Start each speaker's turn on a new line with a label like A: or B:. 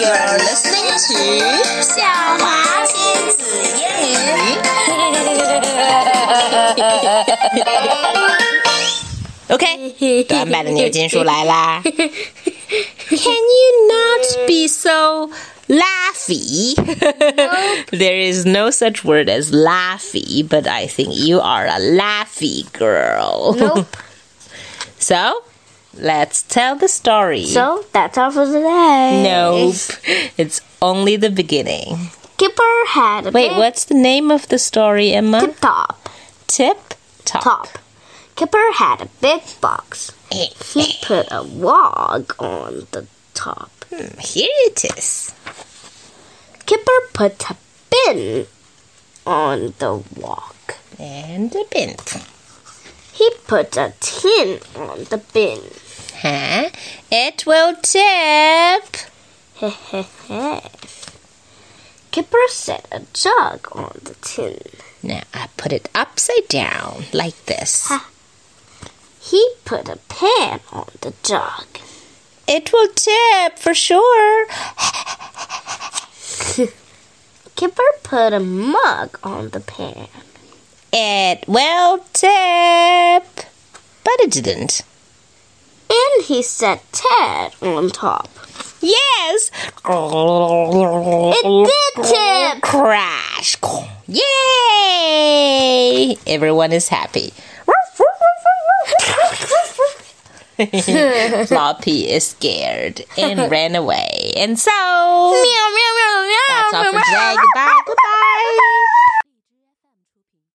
A: You're listening to 小华亲子英语。OK，短 版的牛津叔来 啦。Can you not be so laughy? there is no such word as laughy, but I think you are a laughy girl.
B: Nope.
A: so, let's tell the story.
B: So that's all for today.
A: Nope. It's only the beginning. Eh.
B: Kipper had a
A: Wait,
B: big
A: what's the name of the story, Emma?
B: tip top
A: Tip Top. Eh,
B: top. Kipper had a big box. He put a log on the top.
A: Hmm, Here it is.
B: Kipper put a bin on the log.
A: And a bint.
B: He put a tin on the bin.
A: Huh? It will tip.
B: Kipper set a jug on the tin.
A: Now I put it upside down like this.
B: He put a pan on the jug.
A: It will tip for sure.
B: Kipper put a mug on the pan.
A: It will tip. But it didn't.
B: And he set Ted on top.
A: Yes.
B: It did tip!
A: crash. Yay! Everyone is happy. Floppy is scared and ran away. And so,
B: meow, meow, meow, meow.
A: that's all for today. Goodbye. Goodbye.